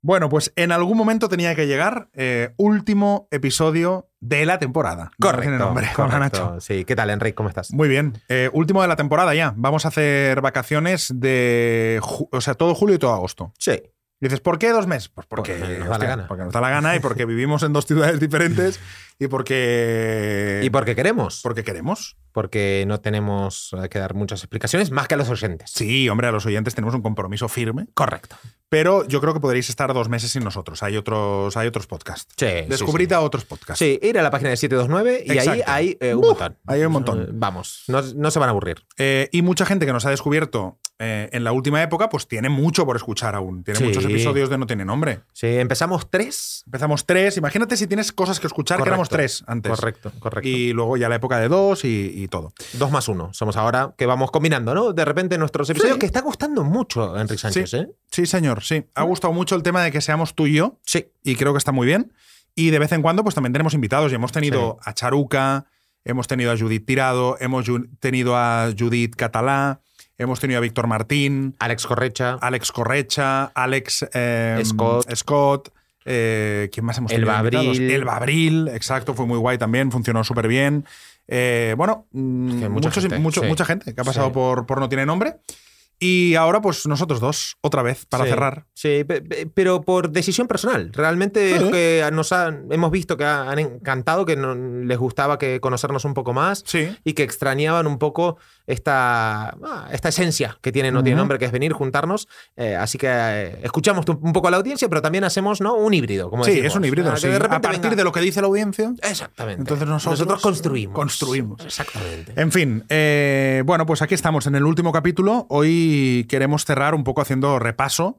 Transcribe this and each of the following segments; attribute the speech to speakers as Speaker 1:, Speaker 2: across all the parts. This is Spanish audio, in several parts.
Speaker 1: Bueno, pues en algún momento tenía que llegar eh, último episodio de la temporada. No
Speaker 2: Correcto.
Speaker 1: tiene nombre,
Speaker 2: correcto.
Speaker 1: hola, Nacho.
Speaker 2: Sí, ¿qué tal, Enrique? ¿Cómo estás?
Speaker 1: Muy bien, eh, último de la temporada ya. Vamos a hacer vacaciones de, ju- o sea, todo julio y todo agosto.
Speaker 2: Sí.
Speaker 1: Y dices, ¿por qué dos meses? Pues porque,
Speaker 2: Porque nos da la gana.
Speaker 1: porque nos da la gana y porque vivimos en dos ciudades diferentes y porque,
Speaker 2: ¿Y por qué queremos?
Speaker 1: porque queremos.
Speaker 2: Porque no tenemos eh, que dar muchas explicaciones más que a los oyentes.
Speaker 1: Sí, hombre, a los oyentes tenemos un compromiso firme,
Speaker 2: Correcto.
Speaker 1: pero yo creo que podréis estar dos meses sin nosotros. Hay otros, hay otros podcasts.
Speaker 2: Sí.
Speaker 1: Descubrid a otros podcasts.
Speaker 2: Sí, ir a la página de 729 y ahí
Speaker 1: Exacto.
Speaker 2: hay eh, un
Speaker 1: Buf,
Speaker 2: montón.
Speaker 1: ahí hay un montón.
Speaker 2: Eh, Vamos, no, no se van a aburrir.
Speaker 1: Eh, y mucha gente que nos ha descubierto eh, en la última época, pues tiene mucho por escuchar aún. Tiene
Speaker 2: Sí.
Speaker 1: muchos episodios de No Tiene Nombre.
Speaker 2: Sí, empezamos tres.
Speaker 1: Empezamos tres. Imagínate si tienes cosas que escuchar, que
Speaker 2: Correcto.
Speaker 1: éramos tres antes.
Speaker 2: Correcto, correcto.
Speaker 1: Y luego ya la época de dos y, y todo.
Speaker 2: Dos más uno. Somos ahora que vamos combinando, ¿no? De repente nuestros episodios
Speaker 1: Sí.
Speaker 2: que está gustando mucho a Enrique Sánchez, ¿eh?
Speaker 1: Sí, señor, sí. Ha gustado mucho el tema de que seamos tú y yo,
Speaker 2: Sí.
Speaker 1: y creo que está muy bien. Y de vez en cuando, pues también tenemos invitados. Y hemos tenido a Charuca, hemos tenido a Judith Tirado, hemos yu- tenido a Judith Catalá, hemos tenido a Víctor Martín,
Speaker 2: Alex Correcha,
Speaker 1: Alex Correcha, Alex eh,
Speaker 2: Scott.
Speaker 1: Scott, eh, ¿Quién más hemos tenido?
Speaker 2: Elba
Speaker 1: invitados?
Speaker 2: Abril.
Speaker 1: Elba Abril, exacto, fue muy guay también, funcionó súper bien. Eh, bueno, mm,
Speaker 2: que hay mucha
Speaker 1: muchos- mucho- mucha, gente,
Speaker 2: gente, sí.
Speaker 1: que ha pasado
Speaker 2: Sí.
Speaker 1: por, por No Tiene Nombre. Y ahora, pues nosotros dos, otra vez, para
Speaker 2: Sí,
Speaker 1: cerrar. Ah,
Speaker 2: Sí, pe- pe- pero por decisión personal. Realmente
Speaker 1: Sí.
Speaker 2: es que nos han, hemos visto que ha- han encantado, que no- les gustaba que conocernos un poco más
Speaker 1: Sí.
Speaker 2: y que extrañaban un poco esta, ah, esta esencia que tiene No Tiene
Speaker 1: Ujú.
Speaker 2: Nombre, que es venir, juntarnos. Eh, así que eh, escuchamos tu- un poco a la audiencia, pero también hacemos ¿no? un híbrido. Como
Speaker 1: Sí,
Speaker 2: decimos.
Speaker 1: es un híbrido.
Speaker 2: Ah, que
Speaker 1: sí.
Speaker 2: de
Speaker 1: A
Speaker 2: repente
Speaker 1: partir
Speaker 2: venga-
Speaker 1: de lo que dice la audiencia.
Speaker 2: Exactamente.
Speaker 1: Entonces nosotros-
Speaker 2: construimos.
Speaker 1: construimos.
Speaker 2: Exactamente.
Speaker 1: En fin, eh, bueno, pues aquí estamos en el último capítulo. Hoy queremos cerrar un poco haciendo repaso.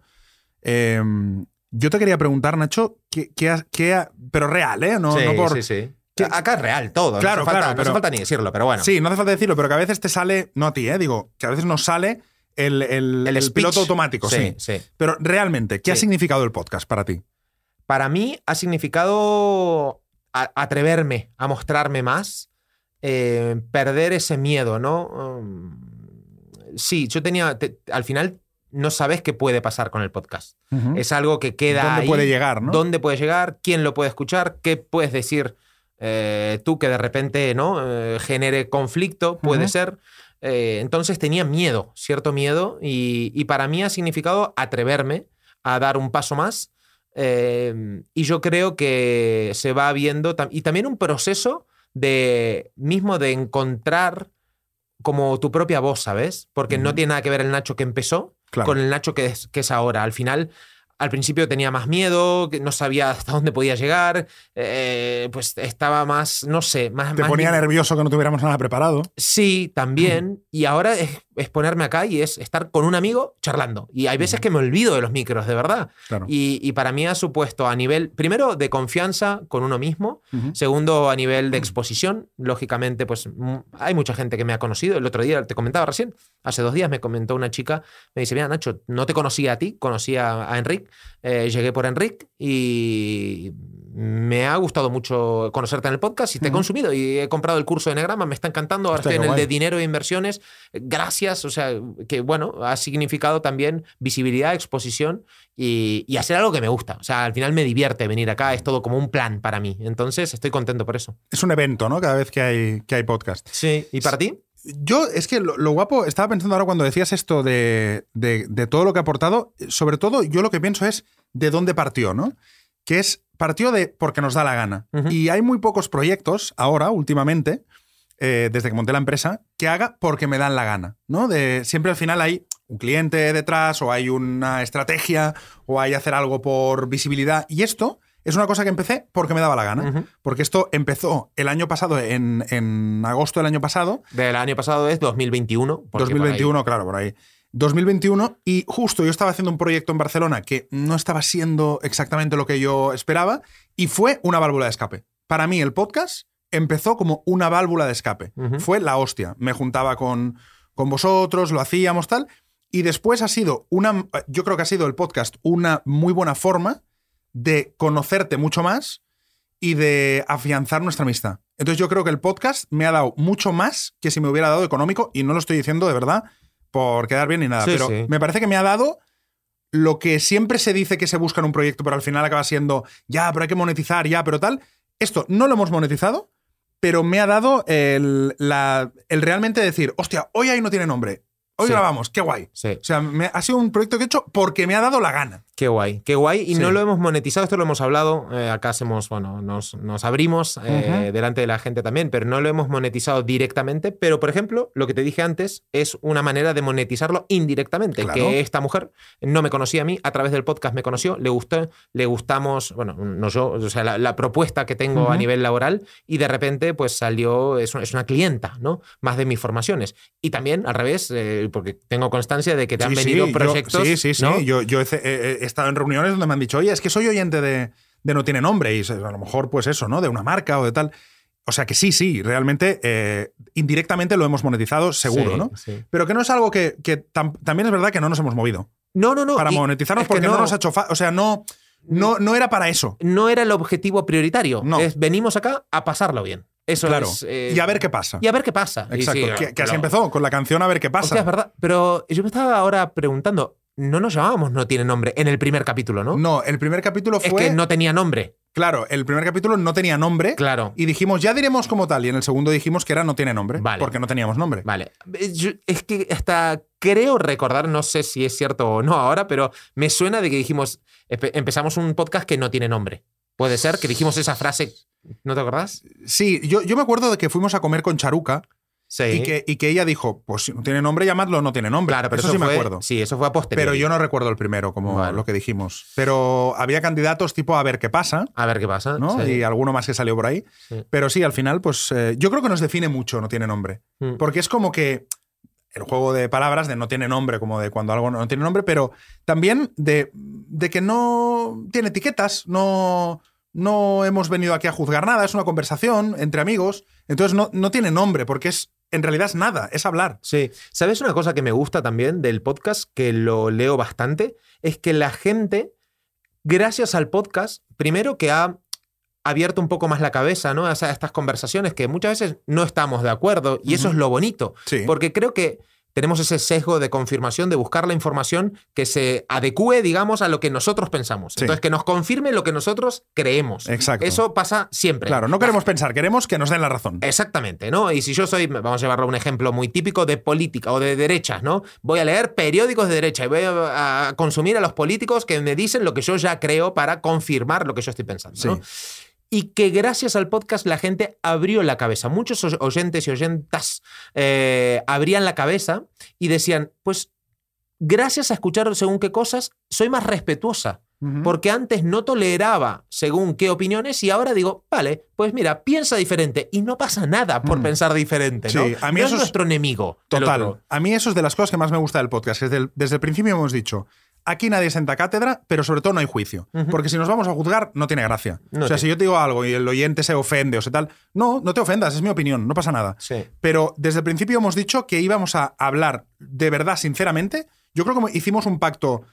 Speaker 1: Eh, yo te quería preguntar, Nacho, ¿qué, qué ha- qué ha- pero real, ¿eh? No,
Speaker 2: sí,
Speaker 1: no por-
Speaker 2: sí, sí.
Speaker 1: ¿Qué-
Speaker 2: Acá es real todo.
Speaker 1: Claro,
Speaker 2: no hace falta,
Speaker 1: claro,
Speaker 2: no
Speaker 1: pero-
Speaker 2: hace falta ni decirlo, pero bueno.
Speaker 1: Sí, no hace falta decirlo, pero que a veces te sale, no a ti, ¿eh? Digo, que a veces nos sale el, el- el
Speaker 2: speech.
Speaker 1: piloto automático, sí.
Speaker 2: sí.
Speaker 1: Pero realmente, ¿qué ha
Speaker 2: Sí.
Speaker 1: significado el podcast para ti?
Speaker 2: para mí ha significado a- atreverme a mostrarme más, eh, perder ese miedo, ¿no? Um, sí, yo tenía, te- al final no sabes qué puede pasar con el podcast. Es algo que queda
Speaker 1: ¿Dónde
Speaker 2: ahí,
Speaker 1: puede llegar, no?
Speaker 2: dónde puede llegar, quién lo puede escuchar, qué puedes decir eh, tú que de repente no Eh, genere conflicto, puede
Speaker 1: Ujú.
Speaker 2: ser. Eh, entonces tenía miedo, cierto miedo, y, y para mí ha significado atreverme a dar un paso más. eh, y yo creo que se va viendo, tam- y también un proceso de mismo de encontrar como tu propia voz, ¿sabes? Porque no
Speaker 1: Ujú.
Speaker 2: tiene nada que ver el Nacho que empezó
Speaker 1: Claro.
Speaker 2: con el Nacho que es, que es ahora. Al final, al principio tenía más miedo, que no sabía hasta dónde podía llegar, eh, pues estaba más, no sé, más...
Speaker 1: Te
Speaker 2: más
Speaker 1: ponía
Speaker 2: li-
Speaker 1: nervioso que no tuviéramos nada preparado.
Speaker 2: Sí, también. Y ahora es, es ponerme acá y es estar con un amigo charlando. Y hay veces que me olvido de los micros, de verdad.
Speaker 1: Claro.
Speaker 2: Y, y para mí ha supuesto a nivel, primero, de confianza con uno mismo.
Speaker 1: Ujú.
Speaker 2: Segundo, a nivel de exposición. Lógicamente, pues mm, hay mucha gente que me ha conocido. El otro día, te comentaba recién, hace dos días me comentó una chica, me dice, mira, Nacho, no te conocía a ti, conocía a Enric. Eh, llegué por Enric y me ha gustado mucho conocerte en el podcast y te he
Speaker 1: Ujú.
Speaker 2: consumido y he comprado el curso de Enneagrama, me está encantando. Ahora
Speaker 1: Hostia,
Speaker 2: estoy en
Speaker 1: qué
Speaker 2: el de
Speaker 1: guay.
Speaker 2: dinero e inversiones. Gracias, o sea, que bueno, ha significado también visibilidad, exposición y, y hacer algo que me gusta. O sea, al final me divierte venir acá, es todo como un plan para mí. Entonces estoy contento por eso.
Speaker 1: Es un evento, ¿no? Cada vez que hay, que hay podcast.
Speaker 2: Sí. ¿Y para ti?
Speaker 1: Yo, es que lo, lo guapo, estaba pensando ahora cuando decías esto de, de- de todo lo que ha aportado, sobre todo yo lo que pienso es de dónde partió, ¿no? Que es, partió de porque nos da la gana.
Speaker 2: Ujú.
Speaker 1: Y hay muy pocos proyectos ahora, últimamente, eh, desde que monté la empresa, que haga porque me dan la gana, ¿no? De, siempre al final hay un cliente detrás o hay una estrategia o hay hacer algo por visibilidad. Y esto es una cosa que empecé porque me daba la gana.
Speaker 2: Ujú.
Speaker 1: Porque esto empezó el año pasado, en- en agosto del año pasado,
Speaker 2: Del año pasado es 2021. porque por ahí-
Speaker 1: 2021, claro, por ahí. 2021 y justo yo estaba haciendo un proyecto en Barcelona que no estaba siendo exactamente lo que yo esperaba y fue una válvula de escape. Para mí el podcast empezó como una válvula de escape.
Speaker 2: Ujú.
Speaker 1: Fue la hostia. Me juntaba con, con vosotros, lo hacíamos tal. Y después ha sido una, yo creo que ha sido el podcast una muy buena forma de conocerte mucho más y de afianzar nuestra amistad. Entonces yo creo que el podcast me ha dado mucho más que si me hubiera dado económico y no lo estoy diciendo de verdad por quedar bien ni nada,
Speaker 2: Sí,
Speaker 1: pero
Speaker 2: sí.
Speaker 1: me parece que me ha dado lo que siempre se dice que se busca en un proyecto, pero al final acaba siendo, ya, pero hay que monetizar, ya, pero tal. Esto no lo hemos monetizado, pero me ha dado el, la- el realmente decir, hostia, hoy ahí no tiene nombre, hoy
Speaker 2: Sí.
Speaker 1: grabamos, qué guay.
Speaker 2: Sí,
Speaker 1: O sea, me- ha sido un proyecto que he hecho porque me ha dado la gana.
Speaker 2: qué guay, qué guay. Y
Speaker 1: Sí.
Speaker 2: no lo hemos monetizado, esto lo hemos hablado. eh, acá hacemos, bueno, nos, nos abrimos eh,
Speaker 1: Ujú.
Speaker 2: delante de la gente también, pero no lo hemos monetizado directamente. Pero, por ejemplo, lo que te dije antes es una manera de monetizarlo indirectamente.
Speaker 1: Claro.
Speaker 2: Que esta mujer no me conocía a mí, a través del podcast me conoció, le gustó, le gustamos, bueno, no yo, o sea, la, la propuesta que tengo
Speaker 1: Ujú.
Speaker 2: a nivel laboral y de repente pues salió, es una, es una clienta, ¿no? Más de mis formaciones. Y también, al revés, eh, porque tengo constancia de que te han
Speaker 1: Sí, sí,
Speaker 2: venido
Speaker 1: yo-
Speaker 2: proyectos.
Speaker 1: sí, sí, sí.
Speaker 2: ¿no?
Speaker 1: Yo, yo he, eh, he- he estado en reuniones donde me han dicho, oye, es que soy oyente de, de No Tiene Nombre, y se- a lo mejor, pues eso, ¿no? De una marca o de tal. O sea que sí, sí, realmente eh, indirectamente lo hemos monetizado, seguro,
Speaker 2: Sí,
Speaker 1: ¿no?
Speaker 2: sí.
Speaker 1: Pero que no es algo que, que tam- también es verdad que no nos hemos movido
Speaker 2: No, no, no.
Speaker 1: para
Speaker 2: y
Speaker 1: monetizarnos
Speaker 2: es que
Speaker 1: porque no,
Speaker 2: no-
Speaker 1: nos ha hecho fa- O sea, no, no, no era para eso.
Speaker 2: no era el objetivo prioritario.
Speaker 1: No.
Speaker 2: Es, venimos acá a pasarlo bien. Eso
Speaker 1: Claro.
Speaker 2: es, eh,
Speaker 1: y a ver qué pasa.
Speaker 2: y a ver qué pasa. Y
Speaker 1: Exacto.
Speaker 2: sí,
Speaker 1: que, que así
Speaker 2: lo-
Speaker 1: empezó, con la canción A ver qué pasa.
Speaker 2: Hostia, es verdad. Pero yo me estaba ahora preguntando, no nos llamábamos No Tiene Nombre en el primer capítulo, ¿no?
Speaker 1: No, el primer capítulo
Speaker 2: es
Speaker 1: fue.
Speaker 2: que no tenía nombre.
Speaker 1: Claro, el primer capítulo no tenía nombre.
Speaker 2: Claro.
Speaker 1: Y dijimos, ya diremos como tal. Y en el segundo dijimos que era no tiene nombre.
Speaker 2: Vale.
Speaker 1: Porque no teníamos nombre.
Speaker 2: Vale. Eh, yo- es que hasta creo recordar, no sé si es cierto o no ahora, pero me suena de que dijimos, "Empe- empezamos un podcast que no tiene nombre. Puede ser que dijimos esa frase, ¿no te acordás?
Speaker 1: Sí, yo, yo me acuerdo de que fuimos a comer con Charuca
Speaker 2: Sí.
Speaker 1: y, que, y que ella dijo, pues si no tiene nombre, llamadlo no tiene nombre.
Speaker 2: claro, pero
Speaker 1: eso,
Speaker 2: eso
Speaker 1: sí me
Speaker 2: fue-
Speaker 1: acuerdo.
Speaker 2: Sí, eso fue a posteriori.
Speaker 1: Pero yo no recuerdo el primero, como
Speaker 2: Vale.
Speaker 1: lo que dijimos. Pero había candidatos tipo a ver qué pasa,
Speaker 2: A ver qué pasa.
Speaker 1: ¿no?
Speaker 2: sí.
Speaker 1: Y alguno más que salió por ahí.
Speaker 2: Sí.
Speaker 1: Pero sí, al final, pues eh, yo creo que nos define mucho, no tiene nombre.
Speaker 2: Mm.
Speaker 1: Porque es como que el juego de palabras de no tiene nombre, como de cuando algo no tiene nombre, pero también de, de que no tiene etiquetas, no, no hemos venido aquí a juzgar nada, es una conversación entre amigos, entonces no, no tiene nombre, porque es en realidad es nada, es hablar.
Speaker 2: Sí. ¿Sabes una cosa que me gusta también del podcast, que lo leo bastante? Es que la gente, gracias al podcast, primero que ha abierto un poco más la cabeza, ¿no? A esa- a estas conversaciones que muchas veces no estamos de acuerdo y eso
Speaker 1: Ujú.
Speaker 2: es lo bonito.
Speaker 1: Sí.
Speaker 2: Porque creo que tenemos ese sesgo de confirmación, de buscar la información que se adecue, digamos, a lo que nosotros pensamos.
Speaker 1: Sí.
Speaker 2: Entonces, que nos confirme lo que nosotros creemos.
Speaker 1: Exacto.
Speaker 2: Eso pasa siempre.
Speaker 1: claro, no
Speaker 2: La
Speaker 1: queremos pensar, queremos que nos den la razón.
Speaker 2: Eh, Exactamente, ¿no? Y si yo soy, vamos a llevarlo a un ejemplo muy típico de política o de derechas, ¿no? Voy a leer periódicos de derecha y voy a a consumir a los políticos que me dicen lo que yo ya creo para confirmar lo que yo estoy pensando.
Speaker 1: Sí.
Speaker 2: ¿no? Y que gracias al podcast la gente abrió la cabeza. Muchos oy- oyentes y oyentas eh, abrían la cabeza y decían, pues gracias a escuchar según qué cosas, soy más respetuosa.
Speaker 1: Ujú.
Speaker 2: Porque antes no toleraba según qué opiniones y ahora digo, vale, pues mira, piensa diferente y no pasa nada por
Speaker 1: Mm.
Speaker 2: pensar diferente. ¿no?
Speaker 1: Sí, a mí
Speaker 2: No
Speaker 1: eso es
Speaker 2: es nuestro enemigo. el
Speaker 1: Total.
Speaker 2: otro.
Speaker 1: A mí eso es de las cosas que más me gusta del podcast. Desde el, desde el principio hemos dicho, aquí nadie senta cátedra, pero sobre todo no hay juicio.
Speaker 2: Ujú.
Speaker 1: Porque si nos vamos a juzgar, no tiene gracia.
Speaker 2: No
Speaker 1: o sea,
Speaker 2: tiene.
Speaker 1: si yo te digo algo y el oyente se ofende o se tal, no, no te ofendas, es mi opinión, no pasa nada.
Speaker 2: Sí.
Speaker 1: Pero desde el principio hemos dicho que íbamos a hablar de verdad, sinceramente. Yo creo que hicimos un pacto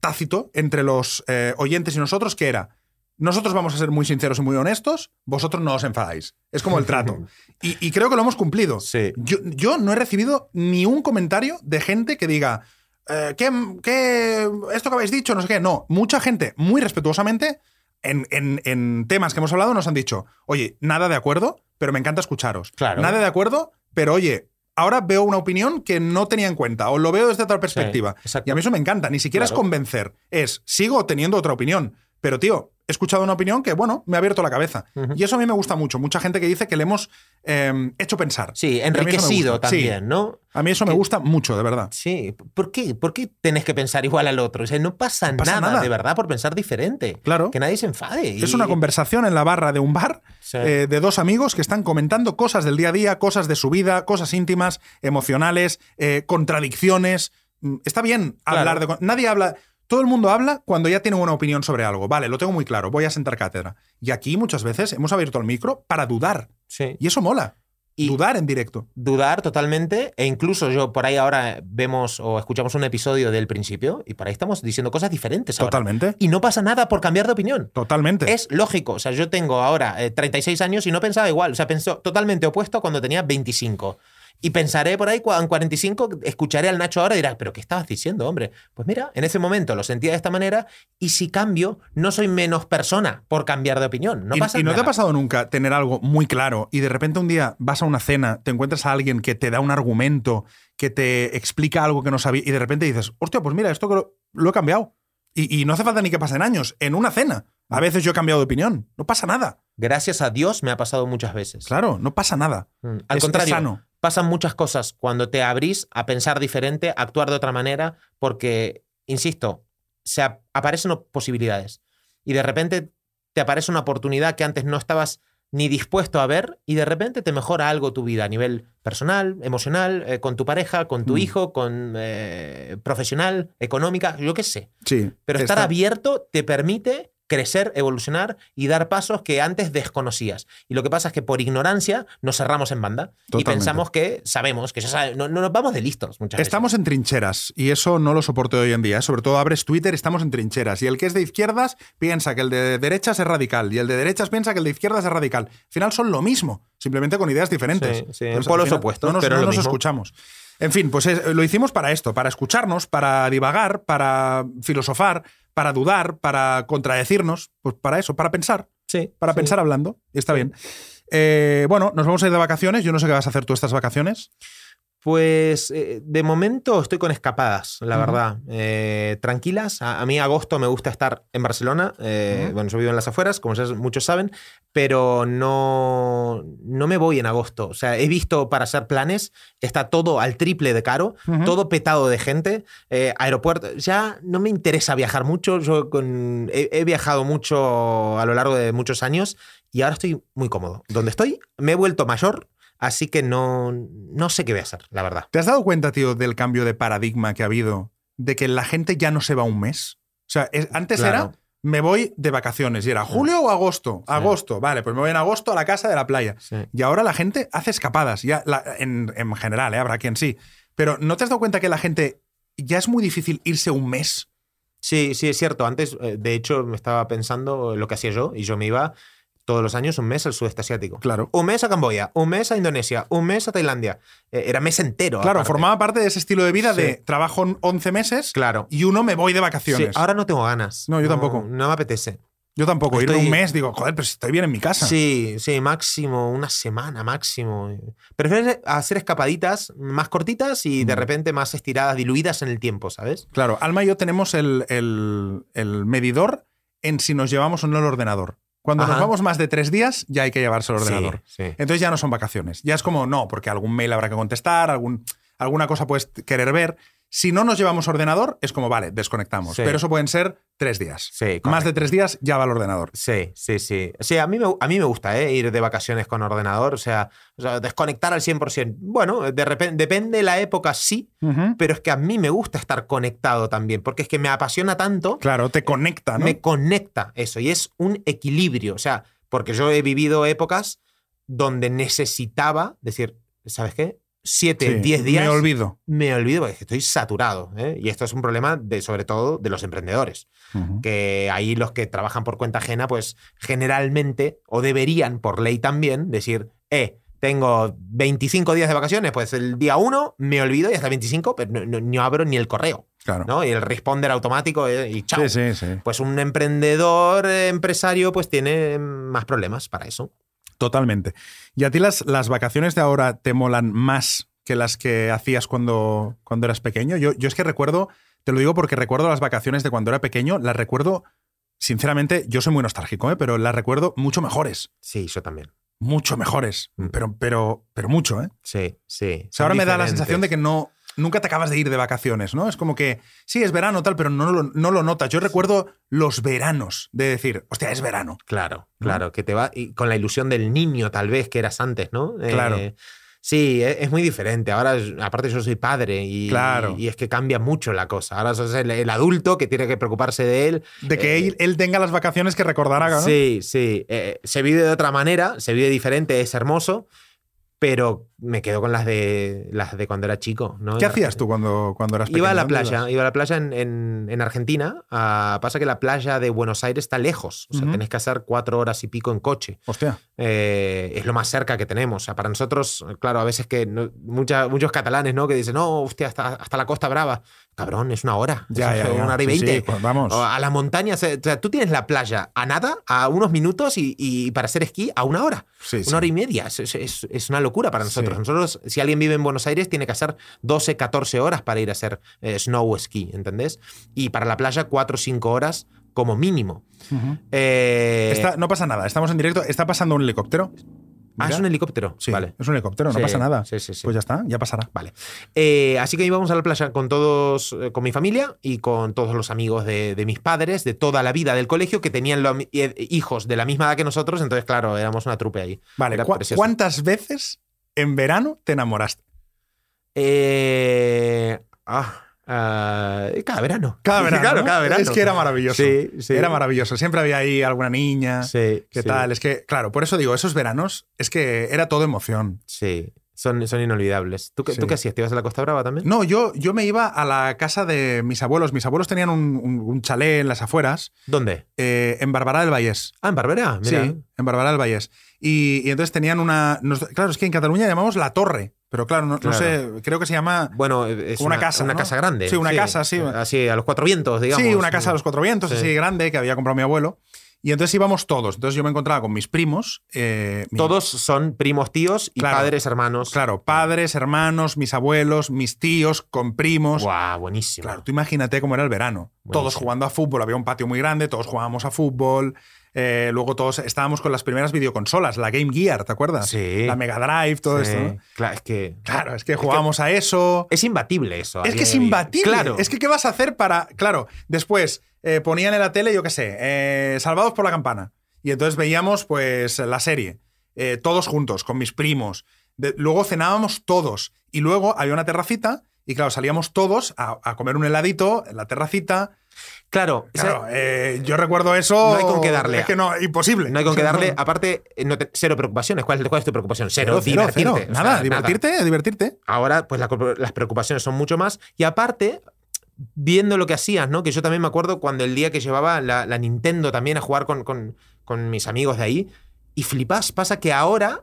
Speaker 1: tácito entre los eh, oyentes y nosotros que era, nosotros vamos a ser muy sinceros y muy honestos, vosotros no os enfadáis. Es como el trato. y, y creo que lo hemos cumplido.
Speaker 2: Sí.
Speaker 1: Yo, yo no he recibido ni un comentario de gente que diga, eh, ¿qué, qué- esto que habéis dicho? No sé qué. No, mucha gente, muy respetuosamente, en, en- en temas que hemos hablado, nos han dicho, oye, nada de acuerdo, pero me encanta escucharos.
Speaker 2: Claro.
Speaker 1: Nada de acuerdo, pero oye, ahora veo una opinión que no tenía en cuenta, o lo veo desde otra perspectiva. y
Speaker 2: exacto.
Speaker 1: a mí eso me encanta, ni siquiera es
Speaker 2: Claro.
Speaker 1: convencer, es, sigo teniendo otra opinión, pero tío, he escuchado una opinión que, bueno, me ha abierto la cabeza.
Speaker 2: Ujú.
Speaker 1: Y eso a mí me gusta mucho, mucha gente que dice que le hemos eh, hecho pensar.
Speaker 2: Sí,
Speaker 1: me
Speaker 2: enriquecido
Speaker 1: gusta.
Speaker 2: también, ¿no?
Speaker 1: A mí eso me
Speaker 2: Que-
Speaker 1: gusta mucho, de verdad.
Speaker 2: Sí. ¿Por qué? ¿Por qué tenés que pensar igual al otro? O sea, no pasa,
Speaker 1: pasa
Speaker 2: nada,
Speaker 1: nada.
Speaker 2: de verdad por pensar diferente.
Speaker 1: Claro.
Speaker 2: Que nadie se enfade. y-
Speaker 1: Es una conversación en la barra de un bar
Speaker 2: Sí.
Speaker 1: eh, de dos amigos que están comentando cosas del día a día, cosas de su vida, cosas íntimas, emocionales, eh, contradicciones. Mm, Está bien
Speaker 2: Claro.
Speaker 1: hablar de... con- Nadie habla... Todo el mundo habla cuando ya tiene una opinión sobre algo. Vale, lo tengo muy claro, voy a sentar cátedra. Y aquí muchas veces hemos abierto el micro para dudar.
Speaker 2: Sí.
Speaker 1: Y eso mola.
Speaker 2: Y-
Speaker 1: Dudar en directo.
Speaker 2: dudar totalmente e incluso yo por ahí ahora vemos o escuchamos un episodio del principio y por ahí estamos diciendo cosas diferentes ahora.
Speaker 1: Totalmente.
Speaker 2: y no pasa nada por cambiar de opinión.
Speaker 1: Totalmente.
Speaker 2: Es lógico, o sea, yo tengo ahora eh, 36 años y no pensaba igual, o sea, pensó totalmente opuesto a cuando tenía 25. Y pensaré por ahí, cua- en 45, escucharé al Nacho ahora y dirás, ¿pero qué estabas diciendo, hombre? Pues mira, en ese momento lo sentía de esta manera y si cambio, no soy menos persona por cambiar de opinión. No
Speaker 1: ¿Y-
Speaker 2: pasa
Speaker 1: ¿Y, no te
Speaker 2: nada.
Speaker 1: ha pasado nunca tener algo muy claro y de repente un día vas a una cena, te encuentras a alguien que te da un argumento, que te explica algo que no sabía y de repente dices, hostia, pues mira, esto que lo, lo he cambiado. Y, y no hace falta ni que pasen años, en una cena. A veces yo he cambiado de opinión, no pasa nada.
Speaker 2: Gracias a Dios me ha pasado muchas veces.
Speaker 1: Claro, no pasa nada.
Speaker 2: Mm. Al
Speaker 1: Es- es
Speaker 2: contrario,
Speaker 1: sano.
Speaker 2: pasan muchas cosas cuando te abrís a pensar diferente, a actuar de otra manera, porque, insisto, se ap- aparecen op- posibilidades. Y de repente te aparece una oportunidad que antes no estabas ni dispuesto a ver y de repente te mejora algo tu vida a nivel personal, emocional, eh, con tu pareja, con tu
Speaker 1: Mm.
Speaker 2: hijo, con eh, profesional, económica, yo qué sé.
Speaker 1: Sí.
Speaker 2: Pero estar
Speaker 1: está-
Speaker 2: abierto te permite crecer, evolucionar y dar pasos que antes desconocías. Y lo que pasa es que por ignorancia nos cerramos en banda y
Speaker 1: Totalmente.
Speaker 2: pensamos que sabemos, que ya sabe- no, no nos vamos de listos muchas veces.
Speaker 1: Estamos en trincheras y eso no lo soporto hoy en día. ¿eh? Sobre todo abres Twitter, estamos en trincheras. Y el que es de izquierdas piensa que el de derechas es radical y el de derechas piensa que el de izquierdas es radical. Al final son lo mismo, simplemente con ideas diferentes.
Speaker 2: Sí, sí, en
Speaker 1: Entonces, al
Speaker 2: polos
Speaker 1: final
Speaker 2: opuestos,
Speaker 1: No nos,
Speaker 2: pero
Speaker 1: no
Speaker 2: es lo
Speaker 1: nos
Speaker 2: mismo.
Speaker 1: escuchamos. En fin, pues es- lo hicimos para esto, para escucharnos, para divagar, para filosofar, para dudar, para contradecirnos, pues para eso, para pensar,
Speaker 2: Sí,
Speaker 1: para
Speaker 2: sí.
Speaker 1: pensar hablando. Y está bien. Eh, bueno, nos vamos a ir de vacaciones. Yo no sé qué vas a hacer tú estas vacaciones.
Speaker 2: Pues eh, de momento estoy con escapadas, la
Speaker 1: Ujú.
Speaker 2: verdad. Eh, tranquilas. A, a mí agosto me gusta estar en Barcelona. Eh,
Speaker 1: Ujú.
Speaker 2: Bueno, yo vivo en las afueras, como ya muchos saben, pero no, no me voy en agosto. O sea, he visto para hacer planes, está todo al triple de caro,
Speaker 1: Ujú.
Speaker 2: todo petado de gente, eh, aeropuerto. Ya no me interesa viajar mucho. Yo con- he, he viajado mucho a lo largo de muchos años y ahora estoy muy cómodo. Donde estoy, me he vuelto mayor. Así que no, no sé qué voy a hacer, la verdad.
Speaker 1: ¿Te has dado cuenta, tío, del cambio de paradigma que ha habido? De que la gente ya no se va un mes. O sea, es- antes
Speaker 2: Claro.
Speaker 1: era, me voy de vacaciones. Y era, ¿julio o agosto?
Speaker 2: Sí.
Speaker 1: Agosto. Vale, pues me voy en agosto a la casa de la playa. Y ahora la gente hace escapadas, ya la- en, en general, ¿eh? habrá quien sí. Pero ¿no te has dado cuenta que la gente ya es muy difícil irse un mes?
Speaker 2: Sí, sí, es cierto. Antes, eh, de hecho, me estaba pensando lo que hacía yo y yo me iba todos los años un mes al sudeste asiático.
Speaker 1: Claro.
Speaker 2: Un mes a Camboya, un mes a Indonesia, un mes a Tailandia. Eh, era mes entero.
Speaker 1: Claro,
Speaker 2: aparte.
Speaker 1: formaba parte de ese estilo de vida
Speaker 2: Sí.
Speaker 1: de trabajo en 11 meses
Speaker 2: Claro.
Speaker 1: y uno me voy de
Speaker 2: Sí,
Speaker 1: vacaciones.
Speaker 2: ahora no tengo ganas.
Speaker 1: No, yo tampoco.
Speaker 2: No me apetece.
Speaker 1: Yo tampoco, irme
Speaker 2: Estoy-
Speaker 1: un mes, digo, joder, pero si estoy bien en mi casa.
Speaker 2: Sí, sí, máximo, una semana máximo. Prefiero hacer escapaditas más cortitas y de
Speaker 1: Mm.
Speaker 2: repente más estiradas, diluidas en el tiempo, ¿sabes?
Speaker 1: Claro, Alma y yo tenemos el, el- el medidor en si nos llevamos o no el ordenador. Cuando nos
Speaker 2: Ajá.
Speaker 1: vamos más de tres días, ya hay que llevarse el ordenador.
Speaker 2: Sí, sí.
Speaker 1: Entonces ya no son vacaciones. Ya es como, no, porque algún mail habrá que contestar, algún, alguna cosa puedes querer ver. Si no nos llevamos ordenador, es como, vale, desconectamos.
Speaker 2: Sí.
Speaker 1: Pero eso pueden ser tres días. Más
Speaker 2: Sí, correcto.
Speaker 1: de tres días ya va el ordenador.
Speaker 2: Sí, sí, sí. O sea, a mí me, a mí me gusta ¿eh? ir de vacaciones con ordenador, o sea, o sea, desconectar al 100%. Bueno, de repente, depende de la época, sí, pero es que a mí me gusta estar conectado también, porque es que me apasiona tanto,
Speaker 1: Claro, te conecta, Ah, ¿no?
Speaker 2: me conecta eso, y es un equilibrio, o sea, porque yo he vivido épocas donde necesitaba decir, ¿sabes qué?
Speaker 1: Sí,
Speaker 2: Siete, diez días
Speaker 1: Me olvido.
Speaker 2: me olvido porque estoy saturado. ¿eh? Y esto es un problema de, sobre todo de los emprendedores
Speaker 1: Ujú.
Speaker 2: que ahí los que trabajan por cuenta ajena, pues generalmente, o deberían por ley también, decir, eh, tengo 25 días de vacaciones, pues el día 1 me olvido y hasta 25, pero no, no- no abro ni el correo,
Speaker 1: Claro.
Speaker 2: ¿no? Y el responder automático eh, y chao.
Speaker 1: Sí, sí, sí.
Speaker 2: Pues un emprendedor, eh, empresario, pues tiene más problemas para eso.
Speaker 1: Totalmente. ¿Y a ti las, las vacaciones de ahora te molan más que las que hacías cuando, cuando eras pequeño? Yo, yo es que recuerdo, te lo digo porque recuerdo las vacaciones de cuando era pequeño, las recuerdo, sinceramente, yo soy muy nostálgico, ¿eh? pero las recuerdo mucho mejores.
Speaker 2: Sí, yo también.
Speaker 1: Mucho mejores.
Speaker 2: Mm.
Speaker 1: Pero, pero, pero mucho, ¿eh?
Speaker 2: Sí, sí.
Speaker 1: O sea, ahora me da la sensación de
Speaker 2: que
Speaker 1: que no. Nunca te acabas de ir de vacaciones, ¿no? Es como que sí, es verano tal, pero no lo, no lo notas. Yo recuerdo los veranos de decir, hostia, es verano.
Speaker 2: Claro,
Speaker 1: ¿no?
Speaker 2: claro, que te va y con la ilusión del niño tal vez que eras antes, ¿no? Eh,
Speaker 1: Claro.
Speaker 2: sí, e- es, muy diferente. Ahora, yo- aparte yo soy padre y,
Speaker 1: Claro.
Speaker 2: y es que cambia mucho la cosa. Ahora sos el, el adulto que tiene que preocuparse de él.
Speaker 1: De que
Speaker 2: Eh,
Speaker 1: él, él tenga las vacaciones que recordará, ¿no?
Speaker 2: Sí, sí. eh, se vive de otra manera, se vive diferente, es hermoso, pero me quedo con las de, las de cuando era chico. ¿no?
Speaker 1: ¿Qué hacías tú cuando, cuando eras pequeño?
Speaker 2: Iba a la
Speaker 1: ¿Dónde
Speaker 2: playa,
Speaker 1: ibas?
Speaker 2: iba a la playa en, en- en Argentina. Ah, pasa que la playa de Buenos Aires está lejos. O sea,
Speaker 1: Ujú.
Speaker 2: tenés que hacer cuatro horas y pico en coche.
Speaker 1: Hostia.
Speaker 2: Eh, es lo más cerca que tenemos. O sea, para nosotros, claro, a veces que no- mucha- muchos catalanes, ¿no? Que dicen, no, hostia, hasta, hasta la Costa Brava. Cabrón, es una hora.
Speaker 1: Ya,
Speaker 2: Es
Speaker 1: ya, ya.
Speaker 2: Una hora y
Speaker 1: Sí, sí,
Speaker 2: veinte.
Speaker 1: pues vamos.
Speaker 2: O a las montañas. eh, O sea, tú tienes la playa a nada, a unos minutos y, y para hacer esquí a una hora.
Speaker 1: Sí, sí.
Speaker 2: Una hora y media. Es, es- es- es una locura para nosotros.
Speaker 1: Sí.
Speaker 2: Nosotros, si alguien vive en Buenos Aires, tiene que hacer 12, 14 horas para ir a hacer eh, snow o esquí, ¿entendés? Y para la playa, 4 o 5 horas como mínimo.
Speaker 1: Ujú.
Speaker 2: Eh,
Speaker 1: Está- no pasa nada, estamos en directo. Está pasando un helicóptero.
Speaker 2: ah,
Speaker 1: Mira.
Speaker 2: es un helicóptero.
Speaker 1: Sí,
Speaker 2: Vale.
Speaker 1: es un helicóptero, no
Speaker 2: Sí,
Speaker 1: pasa nada.
Speaker 2: Sí, sí, sí.
Speaker 1: Pues ya está, ya pasará.
Speaker 2: Vale. Eh, así que íbamos a la playa con todos, eh, con mi familia y con todos los amigos de, de mis padres, de toda la vida del colegio, que tenían lo- eh, hijos de la misma edad que nosotros. Entonces, claro, éramos una trupe ahí.
Speaker 1: Vale,
Speaker 2: Era
Speaker 1: ¿cu-
Speaker 2: precioso.
Speaker 1: ¿cuántas veces en verano te enamoraste?
Speaker 2: Eh, ah, ah, cada verano.
Speaker 1: Cada verano.
Speaker 2: Claro,
Speaker 1: ¿no?
Speaker 2: cada verano.
Speaker 1: Es que era maravilloso.
Speaker 2: Sí, sí.
Speaker 1: Era maravilloso. Siempre había ahí alguna niña.
Speaker 2: Sí,
Speaker 1: ¿Qué
Speaker 2: sí,
Speaker 1: tal? Es que, claro, por eso digo, esos veranos es que era todo emoción.
Speaker 2: Sí, son, son inolvidables. ¿Tú, qué-
Speaker 1: Sí.
Speaker 2: ¿Tú qué hacías? ¿Te ibas a la Costa Brava también?
Speaker 1: No, yo, yo me iba a la casa de mis abuelos. Mis abuelos tenían un, un- un chalet en las afueras,
Speaker 2: ¿Dónde?
Speaker 1: eh, en Barbará del Vallés.
Speaker 2: Ah, en Barbera. Mira.
Speaker 1: Sí, en Barbará del Vallés. Y, y entonces tenían una. nos- claro, es que en Cataluña llamamos la torre, pero claro, no, no
Speaker 2: Claro.
Speaker 1: sé, creo que se llama.
Speaker 2: Bueno, es
Speaker 1: Como una casa,
Speaker 2: Una
Speaker 1: ¿no?
Speaker 2: casa grande.
Speaker 1: Sí, una casa, sí.
Speaker 2: Así, a los cuatro vientos, digamos.
Speaker 1: Sí, una casa de los cuatro vientos,
Speaker 2: Sí.
Speaker 1: así grande, que había comprado mi abuelo. Y entonces íbamos todos. Entonces yo me encontraba con mis primos. eh, mi-
Speaker 2: Todos son primos tíos y
Speaker 1: Claro.
Speaker 2: padres hermanos.
Speaker 1: Claro, padres, hermanos, mis abuelos, mis tíos, con primos.
Speaker 2: Guau, buenísimo.
Speaker 1: Claro, tú imagínate cómo era el verano. Todos
Speaker 2: Buenísimo.
Speaker 1: jugando a fútbol, había un patio muy grande, todos jugábamos a fútbol. eh, luego todos estábamos con las primeras videoconsolas, la Game Gear, ¿te acuerdas?
Speaker 2: Sí.
Speaker 1: La Mega Drive, todo
Speaker 2: Sí.
Speaker 1: esto. ¿no?
Speaker 2: Claro, es que.
Speaker 1: Claro, es que jugábamos a eso.
Speaker 2: Es imbatible eso. a
Speaker 1: Es que
Speaker 2: día
Speaker 1: es
Speaker 2: de hoy.
Speaker 1: imbatible.
Speaker 2: Claro.
Speaker 1: Es que, ¿qué vas a hacer para.? Claro, después eh, ponían en la tele, yo qué sé, eh, Salvados por la Campana. Y entonces veíamos, pues, la serie. eh, todos juntos, con mis primos. De- luego cenábamos todos. Y luego había una terracita. Y claro, salíamos todos a, a comer un heladito en la terracita.
Speaker 2: Claro. o sea,
Speaker 1: Claro, eh, yo recuerdo eso.
Speaker 2: No hay con qué darle.
Speaker 1: Es que no, imposible.
Speaker 2: no hay con qué darle.
Speaker 1: No,
Speaker 2: Aparte, eh, no te- cero preocupaciones. ¿Cuál, cuál es tu preocupación?
Speaker 1: Cero,
Speaker 2: Cero,
Speaker 1: cero,
Speaker 2: divertirte.
Speaker 1: cero.
Speaker 2: O sea,
Speaker 1: Nada, divertirte, divertirte.
Speaker 2: Ahora, pues la- las preocupaciones son mucho más. Y aparte, viendo lo que hacías, ¿no? Que yo también me acuerdo cuando el día que llevaba la, la Nintendo también a jugar con, con- con mis amigos de ahí. Y flipás, pasa que ahora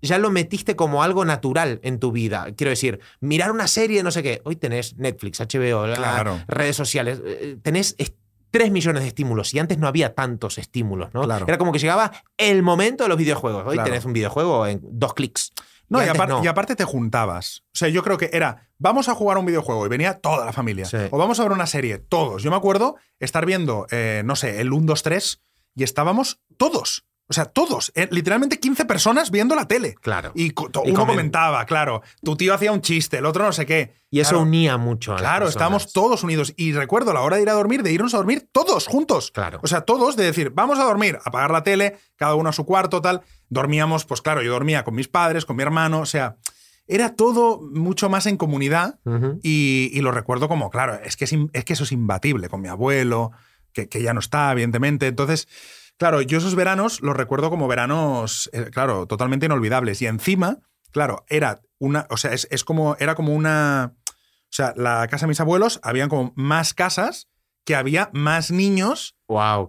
Speaker 2: ya lo metiste como algo natural en tu vida. Quiero decir, mirar una serie, no sé qué. Hoy tenés Netflix, HBO, la-
Speaker 1: Claro.
Speaker 2: redes sociales. eh, Tenés est- 3 millones de estímulos y antes no había tantos estímulos, ¿no?
Speaker 1: Claro.
Speaker 2: Era como que llegaba el momento de los videojuegos. Hoy
Speaker 1: Claro.
Speaker 2: tenés un videojuego en dos clics.
Speaker 1: No, y,
Speaker 2: antes
Speaker 1: apar-
Speaker 2: no.
Speaker 1: y aparte te juntabas. O sea, yo creo que era, vamos a jugar a un videojuego y venía toda la familia.
Speaker 2: Sí.
Speaker 1: O vamos a ver una serie, todos. Yo me acuerdo estar viendo, eh, no sé, el 1, 2, 3 y estábamos todos. O sea, todos. eh, literalmente 15 personas viendo la tele.
Speaker 2: Claro.
Speaker 1: Y co- to-
Speaker 2: Y
Speaker 1: uno
Speaker 2: comen-
Speaker 1: comentaba, claro. Tu tío hacía un chiste, el otro no sé qué.
Speaker 2: Y eso
Speaker 1: Claro.
Speaker 2: unía mucho a las
Speaker 1: Claro,
Speaker 2: personas.
Speaker 1: estábamos todos unidos. Y recuerdo la hora de ir a dormir, de irnos a dormir todos juntos.
Speaker 2: Claro.
Speaker 1: O sea, todos de decir, vamos a dormir, apagar la tele, cada uno a su cuarto, tal. Dormíamos, pues claro, yo dormía con mis padres, con mi hermano, o sea, era todo mucho más en comunidad
Speaker 2: Ujú.
Speaker 1: y, y lo recuerdo como, claro, es que, es, im- es que eso es imbatible con mi abuelo, que, que ya no está, evidentemente. Entonces, claro, yo esos veranos los recuerdo como veranos, eh, claro, totalmente inolvidables. Y encima, claro, era una, o sea, es, es como, era como una, o sea, la casa de mis abuelos, habían como más casas que había más niños
Speaker 2: Wow,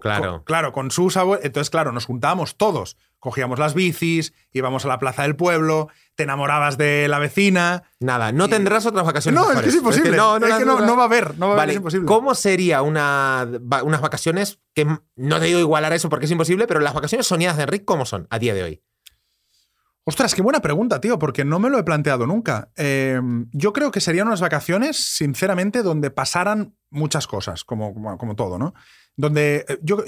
Speaker 1: con,
Speaker 2: claro.
Speaker 1: claro, con sus abuelos. Entonces, claro, nos juntábamos todos. Cogíamos las bicis, íbamos a la plaza del pueblo, te enamorabas de la vecina.
Speaker 2: Nada, no tendrás otras vacaciones.
Speaker 1: No, es que
Speaker 2: mejores.
Speaker 1: es imposible.
Speaker 2: no, no
Speaker 1: es
Speaker 2: las-
Speaker 1: que no,
Speaker 2: las-
Speaker 1: no va a haber, no va a haber,
Speaker 2: Vale,
Speaker 1: es imposible.
Speaker 2: ¿cómo sería una, va- unas vacaciones que m- no te digo igualar a eso porque es imposible, pero las vacaciones soñadas de Enric, ¿cómo son a día de hoy?
Speaker 1: Ostras, qué buena pregunta, tío, porque no me lo he planteado nunca. Eh, yo creo que serían unas vacaciones, sinceramente, donde pasaran muchas cosas, como, como, como todo, ¿no? Donde eh, yo,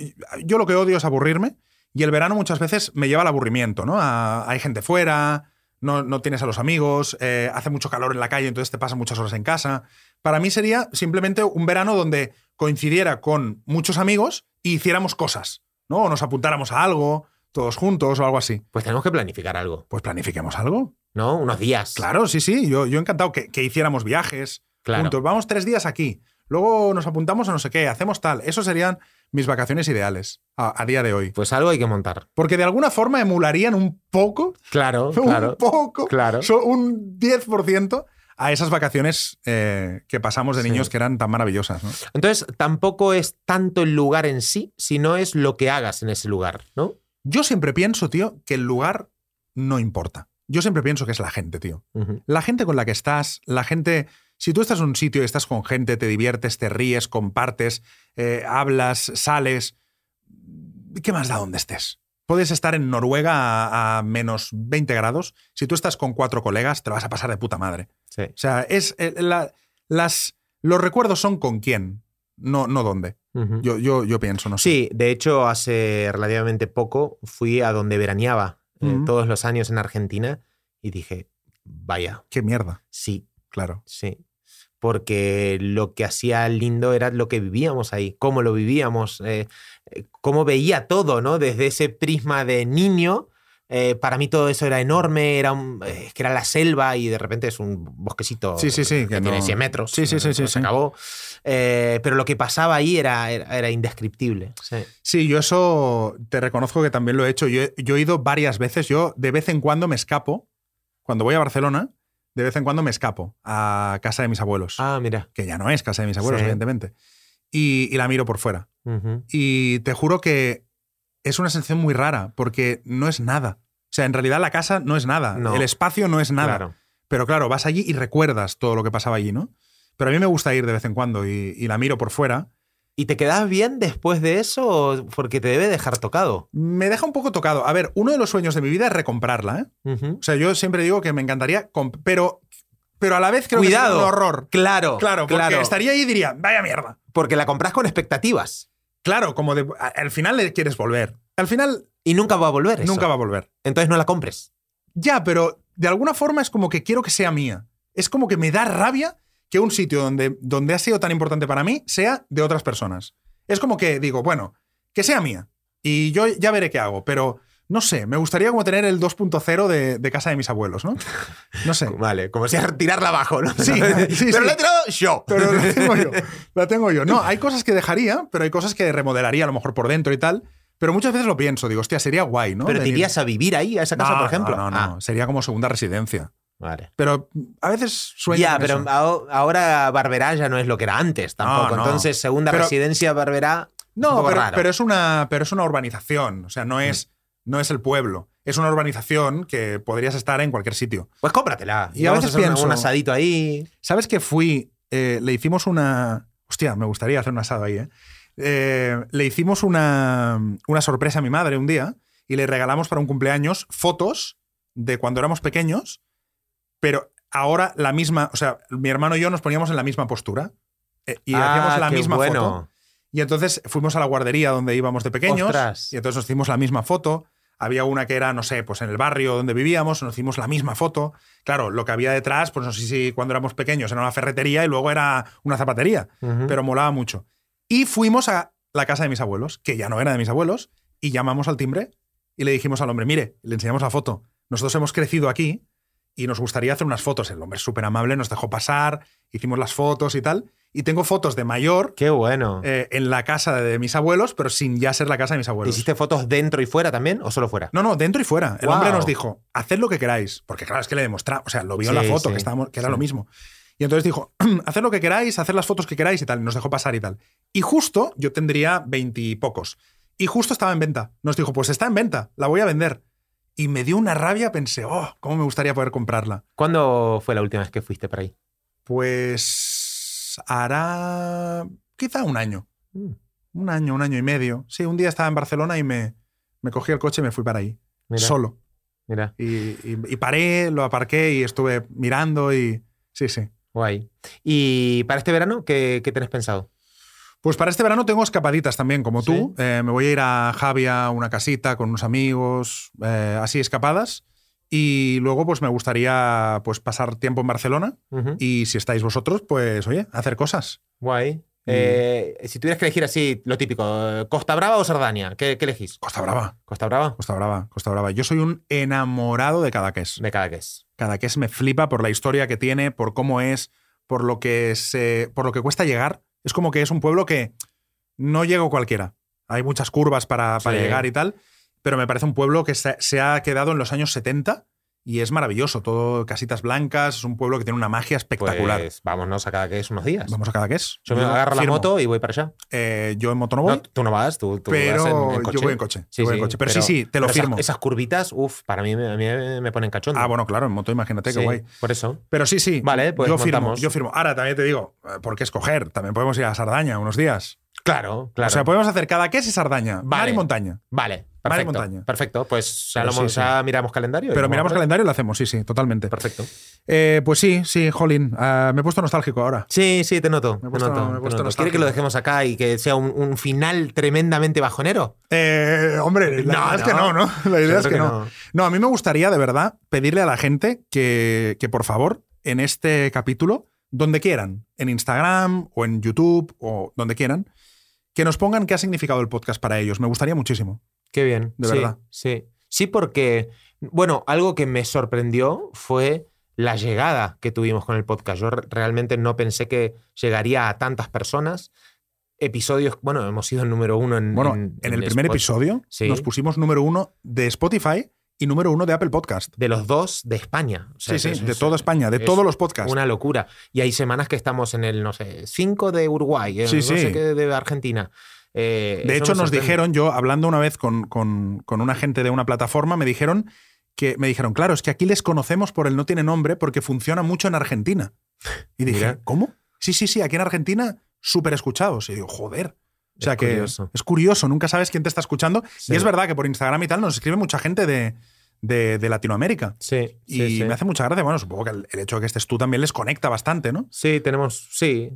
Speaker 1: yo lo que odio es aburrirme y el verano muchas veces me lleva al aburrimiento, ¿no? A- hay gente fuera, no, no tienes a los amigos, eh, hace mucho calor en la calle, entonces te pasan muchas horas en casa. Para mí sería simplemente un verano donde coincidiera con muchos amigos y hiciéramos cosas, ¿no? O nos apuntáramos a algo, todos juntos o algo así.
Speaker 2: Pues tenemos que planificar algo,
Speaker 1: Pues planifiquemos algo.
Speaker 2: ¿no? Unos días.
Speaker 1: Claro, sí, sí. Yo, yo encantado que, que hiciéramos viajes
Speaker 2: Claro.
Speaker 1: juntos. Vamos tres días aquí. Luego nos apuntamos a no sé qué, hacemos tal. Eso serían mis vacaciones ideales a, a día de hoy.
Speaker 2: Pues algo hay que montar.
Speaker 1: Porque de alguna forma emularían un poco,
Speaker 2: Claro,
Speaker 1: un
Speaker 2: claro.
Speaker 1: poco,
Speaker 2: Claro.
Speaker 1: so- un 10% a esas vacaciones eh, que pasamos de
Speaker 2: Sí.
Speaker 1: niños que eran tan maravillosas. ¿no?
Speaker 2: Entonces, tampoco es tanto el lugar en sí, sino es lo que hagas en ese lugar, ¿no?
Speaker 1: Yo siempre pienso, tío, que el lugar no importa. Yo siempre pienso que es la gente, tío.
Speaker 2: Ujú.
Speaker 1: La gente con la que estás, la gente... Si tú estás en un sitio y estás con gente, te diviertes, te ríes, compartes, eh, hablas, sales... ¿Qué más da donde estés? Puedes estar en Noruega a, a menos 20 grados. Si tú estás con cuatro colegas, te lo vas a pasar de puta madre.
Speaker 2: Sí.
Speaker 1: O sea, es eh, la- las, los recuerdos son con quién, no, no dónde.
Speaker 2: Ujú.
Speaker 1: Yo, yo, yo pienso, no sé.
Speaker 2: Sí, de hecho, hace relativamente poco fui a donde veraneaba eh,
Speaker 1: Ujú.
Speaker 2: todos los años en Argentina y dije, vaya,
Speaker 1: Qué mierda,
Speaker 2: sí,
Speaker 1: claro.
Speaker 2: sí. Porque lo que hacía lindo era lo que vivíamos ahí, cómo lo vivíamos, eh, eh, cómo veía todo, ¿no? Desde ese prisma de niño. eh, para mí todo eso era enorme, era un- eh, es que era la selva y de repente es un bosquecito
Speaker 1: Sí, sí, sí,
Speaker 2: que,
Speaker 1: que
Speaker 2: tiene
Speaker 1: no-
Speaker 2: 100 metros.
Speaker 1: Sí, sí, sí, sí,
Speaker 2: Se
Speaker 1: sí.
Speaker 2: acabó. Eh, pero lo que pasaba ahí era, era, era indescriptible. sí.
Speaker 1: Sí, yo eso te reconozco que también lo he hecho. Yo, he- yo he ido varias veces, yo de vez en cuando me escapo, cuando voy a Barcelona, de vez en cuando me escapo a casa de mis abuelos,
Speaker 2: Ah, mira.
Speaker 1: que ya no es casa de mis abuelos,
Speaker 2: Sí.
Speaker 1: evidentemente, y, y la miro por fuera.
Speaker 2: Ujú.
Speaker 1: Y te juro que es una sensación muy rara, porque no es nada. O sea, en realidad la casa no es nada,
Speaker 2: No.
Speaker 1: el espacio no es nada.
Speaker 2: Claro.
Speaker 1: Pero claro, vas allí y recuerdas todo lo que pasaba allí, ¿no? Pero a mí me gusta ir de vez en cuando y, y la miro por fuera.
Speaker 2: ¿Y te quedas bien después de eso? Porque te debe dejar tocado.
Speaker 1: Me deja un poco tocado. A ver, uno de los sueños de mi vida es recomprarla, ¿eh?
Speaker 2: Ujú.
Speaker 1: O sea, yo siempre digo que me encantaría, comp- pero, pero a la vez creo que
Speaker 2: Cuidado.
Speaker 1: sería un horror.
Speaker 2: Claro,
Speaker 1: Claro, porque estaría ahí y diría, vaya mierda.
Speaker 2: Porque la compras con expectativas
Speaker 1: Claro, como de- a- al final le quieres volver. Al final
Speaker 2: y nunca va a volver. eso.
Speaker 1: nunca va a volver.
Speaker 2: Entonces no la compres.
Speaker 1: Ya, pero de alguna forma es como que quiero que sea mía. Es como que me da rabia que un sitio donde, donde ha sido tan importante para mí sea de otras personas. Es como que digo, bueno, que sea mía. Y yo ya veré qué hago, pero no sé, me gustaría como tener el 2.0 de, de casa de mis abuelos, ¿no? No sé.
Speaker 2: Vale, como si es tirarla abajo, ¿no?
Speaker 1: Sí, sí,
Speaker 2: Pero
Speaker 1: sí.
Speaker 2: la he tirado yo.
Speaker 1: Pero la tengo yo. La tengo yo. No, hay cosas que dejaría, pero hay cosas que remodelaría a lo mejor por dentro y tal. Pero muchas veces lo pienso, digo, hostia, sería guay, ¿no?
Speaker 2: Pero te
Speaker 1: Venir-
Speaker 2: irías a vivir ahí, a esa casa,
Speaker 1: No,
Speaker 2: por ejemplo.
Speaker 1: No, no,
Speaker 2: Ah,
Speaker 1: no. Sería como segunda residencia.
Speaker 2: vale.
Speaker 1: Pero a veces sueño.
Speaker 2: ya,
Speaker 1: con
Speaker 2: pero
Speaker 1: eso.
Speaker 2: ao- ahora Barberá ya no es lo que era antes tampoco.
Speaker 1: No, no.
Speaker 2: Entonces, segunda
Speaker 1: Pero-
Speaker 2: residencia Barberá. un
Speaker 1: No,
Speaker 2: poco
Speaker 1: pero,
Speaker 2: raro.
Speaker 1: pero es una, pero es una urbanización. O sea, no es, no es el pueblo. Es una urbanización que podrías estar en cualquier sitio.
Speaker 2: Pues cómpratela.
Speaker 1: Y a
Speaker 2: vamos
Speaker 1: veces
Speaker 2: hacer una- un
Speaker 1: pienso-
Speaker 2: asadito ahí.
Speaker 1: ¿Sabes que fui? eh, le hicimos una. Hostia, me gustaría hacer un asado ahí, ¿eh? Eh, le hicimos una, una sorpresa a mi madre un día y le regalamos para un cumpleaños fotos de cuando éramos pequeños, pero ahora la misma. O sea, mi hermano y yo nos poníamos en la misma postura eh, y
Speaker 2: Ah,
Speaker 1: hacíamos la
Speaker 2: qué
Speaker 1: misma
Speaker 2: bueno.
Speaker 1: foto. Y entonces fuimos a la guardería donde íbamos de pequeños.
Speaker 2: Ostras.
Speaker 1: Y entonces nos hicimos la misma foto. Había una que era, no sé, pues en el barrio donde vivíamos, nos hicimos la misma foto. Claro, lo que había detrás, pues no sé si cuando éramos pequeños era una ferretería y luego era una zapatería,
Speaker 2: Ujú.
Speaker 1: pero molaba mucho. Y fuimos a la casa de mis abuelos, que ya no era de mis abuelos, y llamamos al timbre y le dijimos al hombre, mire, le enseñamos la foto. Nosotros hemos crecido aquí y nos gustaría hacer unas fotos. El hombre es súper amable, nos dejó pasar, hicimos las fotos y tal. Y tengo fotos de mayor
Speaker 2: Qué bueno.
Speaker 1: eh, en la casa de mis abuelos, pero sin ya ser la casa de mis
Speaker 2: ¿Te
Speaker 1: abuelos.
Speaker 2: ¿Hiciste fotos dentro y fuera también o solo fuera?
Speaker 1: No, no, dentro y fuera. El hombre
Speaker 2: Guau.
Speaker 1: nos dijo, haced lo que queráis. Porque claro, es que le demostramos, o sea, lo vio en la
Speaker 2: Sí,
Speaker 1: foto,
Speaker 2: sí,
Speaker 1: que, estábamos, que era
Speaker 2: sí.
Speaker 1: lo mismo. Y entonces dijo, haced lo que queráis, haced las fotos que queráis y tal. y Nos dejó pasar y tal. Y justo, yo tendría veintipocos. Y justo estaba en venta. Nos dijo, pues está en venta, la voy a vender. Y me dio una rabia, pensé, oh, cómo me gustaría poder comprarla.
Speaker 2: ¿Cuándo fue la última vez que fuiste para ahí?
Speaker 1: Pues hará quizá un año.
Speaker 2: Mm,
Speaker 1: Un año, un año y medio. Sí, un día estaba en Barcelona y me, me cogí el coche y me fui para ahí,
Speaker 2: Mira,
Speaker 1: solo.
Speaker 2: mira,
Speaker 1: Y, y- y paré, lo aparqué y estuve mirando y... Sí, sí.
Speaker 2: guay. ¿Y para este verano qué, qué tenés pensado?
Speaker 1: Pues para este verano tengo escapaditas también, como tú. Eh, me voy a ir a Javia, a una casita con unos amigos, eh, así escapadas. Y luego pues me gustaría pues pasar tiempo en Barcelona.
Speaker 2: Ujú,
Speaker 1: Y si estáis vosotros, pues oye, hacer cosas.
Speaker 2: Guay. Eh, si tuvieras que elegir así, lo típico, eh, ¿Costa Brava o Sardania? ¿Qué, qué elegís?
Speaker 1: Costa Brava,
Speaker 2: ¿Costa Brava?
Speaker 1: Costa Brava, Costa Brava. Yo soy un enamorado de Cadaqués.
Speaker 2: De Cadaqués.
Speaker 1: Cadaqués me flipa por la historia que tiene, por cómo es, por lo que se, por lo que cuesta llegar. Es como que es un pueblo que no llega cualquiera. Hay muchas curvas para, para
Speaker 2: Sí.
Speaker 1: llegar y tal, pero me parece un pueblo que se, se ha quedado en los años 70 y es maravilloso. Todo casitas blancas, es un pueblo que tiene una magia espectacular.
Speaker 2: Pues vámonos a cada que es unos días.
Speaker 1: Vamos a cada que es.
Speaker 2: Pues, Yo me agarro la
Speaker 1: firmo.
Speaker 2: moto y voy para allá.
Speaker 1: Eh, yo en moto no voy,
Speaker 2: No, tú no vas, tú, tú vas
Speaker 1: pero
Speaker 2: en, en coche.
Speaker 1: yo voy en coche.
Speaker 2: Sí,
Speaker 1: yo voy
Speaker 2: sí,
Speaker 1: en coche. Pero,
Speaker 2: pero-
Speaker 1: sí, sí, te lo
Speaker 2: Pero esas-
Speaker 1: firmo.
Speaker 2: Esas, curvitas, uff, para mí, me- a mí me- me ponen cachondo.
Speaker 1: Ah, bueno, claro, en moto imagínate
Speaker 2: Sí,
Speaker 1: qué guay.
Speaker 2: Por eso.
Speaker 1: Pero sí, sí.
Speaker 2: Vale, pues
Speaker 1: yo firmo,
Speaker 2: montamos.
Speaker 1: yo firmo. Ahora también te digo, eh, ¿por qué escoger? También podemos ir a Sardaña unos días.
Speaker 2: Claro, claro.
Speaker 1: O sea, podemos hacer cada que es y Sardaña, mar
Speaker 2: Vale.
Speaker 1: y montaña.
Speaker 2: vale,
Speaker 1: mar y
Speaker 2: perfecto.
Speaker 1: montaña.
Speaker 2: Perfecto, pues ya,
Speaker 1: Pero
Speaker 2: lo-
Speaker 1: sí,
Speaker 2: ya miramos calendario. y
Speaker 1: Pero
Speaker 2: vamos
Speaker 1: miramos
Speaker 2: a ver.
Speaker 1: calendario y lo hacemos, sí, sí, totalmente.
Speaker 2: Perfecto.
Speaker 1: Eh, pues sí, sí, Jolín, ah, me he puesto nostálgico ahora.
Speaker 2: Sí, sí, te noto.
Speaker 1: Me he
Speaker 2: te
Speaker 1: puesto-
Speaker 2: noto,
Speaker 1: me he
Speaker 2: te
Speaker 1: puesto
Speaker 2: noto.
Speaker 1: nostálgico.
Speaker 2: ¿Quiere que lo dejemos acá y que sea un, un final tremendamente bajonero?
Speaker 1: Eh, hombre, la
Speaker 2: No,
Speaker 1: idea es que no,
Speaker 2: no.
Speaker 1: ¿no? La
Speaker 2: Yo
Speaker 1: idea es
Speaker 2: creo
Speaker 1: que no. No, a mí me gustaría de verdad pedirle a la gente que, que, por favor, en este capítulo, donde quieran, en Instagram o en YouTube o donde quieran, que nos pongan qué ha significado el podcast para ellos. Me gustaría muchísimo.
Speaker 2: Qué bien.
Speaker 1: De
Speaker 2: sí,
Speaker 1: verdad.
Speaker 2: Sí. Sí, porque, bueno, algo que me sorprendió fue la llegada que tuvimos con el podcast. Yo re- realmente no pensé que llegaría a tantas personas. Episodios, bueno, hemos sido el número uno en.
Speaker 1: Bueno, en, el primer
Speaker 2: Spotify.
Speaker 1: episodio
Speaker 2: Sí.
Speaker 1: nos pusimos número uno de Spotify y número uno de Apple Podcast.
Speaker 2: De los dos de España. O sea,
Speaker 1: Sí, sí,
Speaker 2: es-
Speaker 1: de
Speaker 2: es-
Speaker 1: toda España, de
Speaker 2: es
Speaker 1: todos los podcasts.
Speaker 2: Una locura. Y hay semanas que estamos en el, no sé, 5 de Uruguay, eh,
Speaker 1: Sí,
Speaker 2: no
Speaker 1: sí.
Speaker 2: sé qué de Argentina. Eh,
Speaker 1: De
Speaker 2: eso
Speaker 1: hecho,
Speaker 2: me
Speaker 1: nos
Speaker 2: sorprende.
Speaker 1: dijeron, yo hablando una vez con, con, con una gente de una plataforma, me dijeron que me dijeron, claro, es que aquí les conocemos por el no tiene nombre porque funciona mucho en Argentina. Y dije,
Speaker 2: Mira.
Speaker 1: ¿cómo? Sí, sí, sí, aquí en Argentina, súper escuchados. Y digo, joder. O sea
Speaker 2: Es
Speaker 1: que
Speaker 2: curioso.
Speaker 1: es curioso, nunca sabes quién te está escuchando.
Speaker 2: Sí.
Speaker 1: Y es verdad que por Instagram y tal nos escribe mucha gente de, de- de Latinoamérica.
Speaker 2: Sí,
Speaker 1: Y
Speaker 2: sí, sí.
Speaker 1: me hace mucha gracia. Bueno, supongo que el, el hecho de que estés tú también les conecta bastante, ¿no?
Speaker 2: Sí, tenemos. Sí,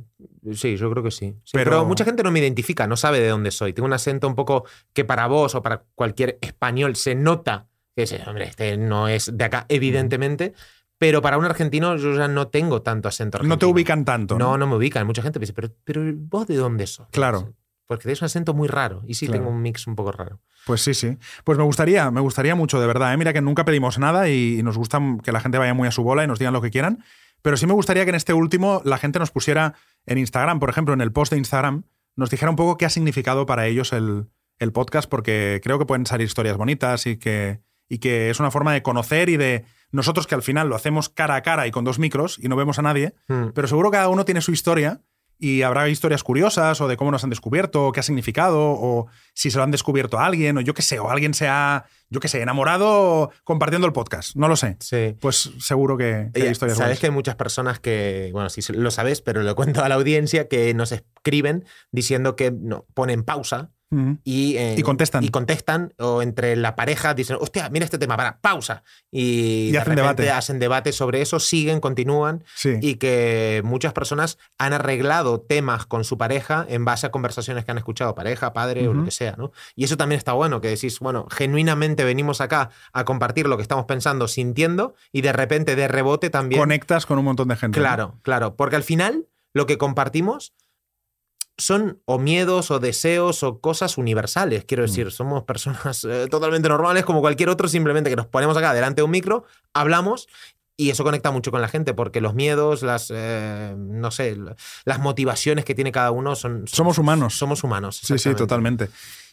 Speaker 2: sí, yo creo que sí. Sí,
Speaker 1: Pero-
Speaker 2: pero... mucha gente no me identifica, no sabe de dónde soy. Tengo un acento un poco que para vos o para cualquier español se nota que dices, hombre, este no es de acá, evidentemente. Pero para un argentino yo ya no tengo tanto acento argentino.
Speaker 1: No te ubican tanto.
Speaker 2: No, no me ubican. Mucha gente me dice, pero, pero vos de dónde sos?
Speaker 1: Claro.
Speaker 2: Porque tenés un acento muy raro. Y sí,
Speaker 1: Claro.
Speaker 2: tengo un mix un poco raro.
Speaker 1: Pues sí, sí. Pues me gustaría, me gustaría mucho, de verdad. ¿eh? Mira que nunca pedimos nada y, y nos gusta que la gente vaya muy a su bola y nos digan lo que quieran. Pero sí me gustaría que en este último la gente nos pusiera en Instagram, por ejemplo, en el post de Instagram, nos dijera un poco qué ha significado para ellos el, el podcast, porque creo que pueden salir historias bonitas y que, y que es una forma de conocer y de nosotros que al final lo hacemos cara a cara y con dos micros y no vemos a nadie,
Speaker 2: Mm.
Speaker 1: pero seguro cada uno tiene su historia y habrá historias curiosas o de cómo nos han descubierto, o qué ha significado, o si se lo han descubierto a alguien, o yo qué sé, o alguien se ha, yo qué sé, enamorado compartiendo el podcast, no lo sé.
Speaker 2: Sí.
Speaker 1: Pues seguro que, que hay
Speaker 2: Ya,
Speaker 1: historias
Speaker 2: Sabes
Speaker 1: buenas.
Speaker 2: que hay muchas personas que, bueno, sí lo sabes, pero lo cuento a la audiencia, que nos escriben diciendo que no, ponen pausa
Speaker 1: Ujú.
Speaker 2: y, eh,
Speaker 1: Y contestan.
Speaker 2: Y contestan, o entre la pareja dicen, hostia, mira este tema, para, pausa.
Speaker 1: Y
Speaker 2: Y,
Speaker 1: hacen
Speaker 2: repente
Speaker 1: debate.
Speaker 2: hacen debate sobre eso, siguen, continúan,
Speaker 1: Sí.
Speaker 2: y que muchas personas han arreglado temas con su pareja en base a conversaciones que han escuchado, pareja, padre o
Speaker 1: Ujú.
Speaker 2: lo que sea, ¿no? Y eso también está bueno, que decís, bueno, genuinamente venimos acá a compartir lo que estamos pensando, sintiendo, y de repente, de rebote también.
Speaker 1: Conectas con un montón de gente. ¿no?
Speaker 2: Claro, claro. Porque al final lo que compartimos son o miedos o deseos o cosas universales.
Speaker 1: Mm.
Speaker 2: Quiero decir, somos personas eh, totalmente normales como cualquier otro, simplemente que nos ponemos acá delante de un micro, hablamos. Y eso conecta mucho con la gente, porque los miedos, las, eh, no sé, las motivaciones que tiene cada uno son...
Speaker 1: Somos humanos.
Speaker 2: Somos humanos.
Speaker 1: Sí, sí,
Speaker 2: exactamente.
Speaker 1: totalmente.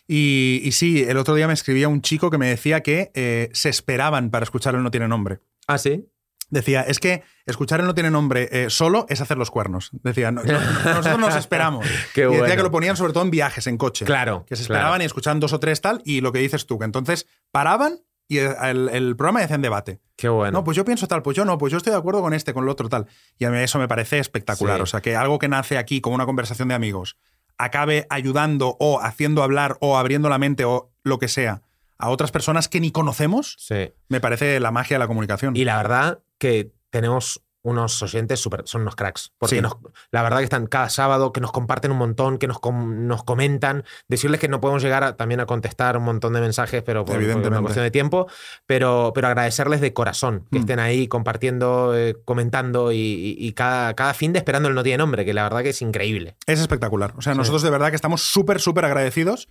Speaker 1: Y, y sí, el otro día me escribía un chico que me decía que eh, se esperaban para escuchar el No Tiene Nombre.
Speaker 2: Ah, sí.
Speaker 1: Decía, es que escuchar el No Tiene Nombre eh, solo es hacer los cuernos. Decía, "No- no- nosotros nos esperamos.
Speaker 2: Qué
Speaker 1: y decía
Speaker 2: bueno.
Speaker 1: que lo ponían sobre todo en viajes, en coche.
Speaker 2: Claro.
Speaker 1: Que se
Speaker 2: claro.
Speaker 1: esperaban y escuchaban dos o tres tal, y lo que dices tú, que entonces paraban y eh, el, el programa decía en debate.
Speaker 2: Qué bueno.
Speaker 1: No, pues yo pienso tal, pues yo no, pues yo estoy de acuerdo con este, con lo otro tal. Y a mí eso me parece espectacular.
Speaker 2: Sí.
Speaker 1: O sea, que algo que nace aquí como una conversación de amigos acabe ayudando o haciendo hablar o abriendo la mente o lo que sea a otras personas que ni conocemos,
Speaker 2: Sí.
Speaker 1: me parece la magia de la comunicación.
Speaker 2: Y la verdad que tenemos unos oyentes súper, son unos cracks. Porque
Speaker 1: Sí.
Speaker 2: nos- la verdad que están cada sábado, que nos comparten un montón, que nos, com- nos comentan. Decirles que no podemos llegar a- también a contestar un montón de mensajes, pero por, por
Speaker 1: Evidentemente.
Speaker 2: una cuestión de tiempo. Pero, pero agradecerles de corazón que
Speaker 1: Mm.
Speaker 2: estén ahí compartiendo, eh, comentando y, y- y cada, cada fin de esperando el no tiene nombre, que la verdad que es increíble.
Speaker 1: Es espectacular. O sea,
Speaker 2: Sí.
Speaker 1: nosotros de verdad que estamos súper, súper agradecidos.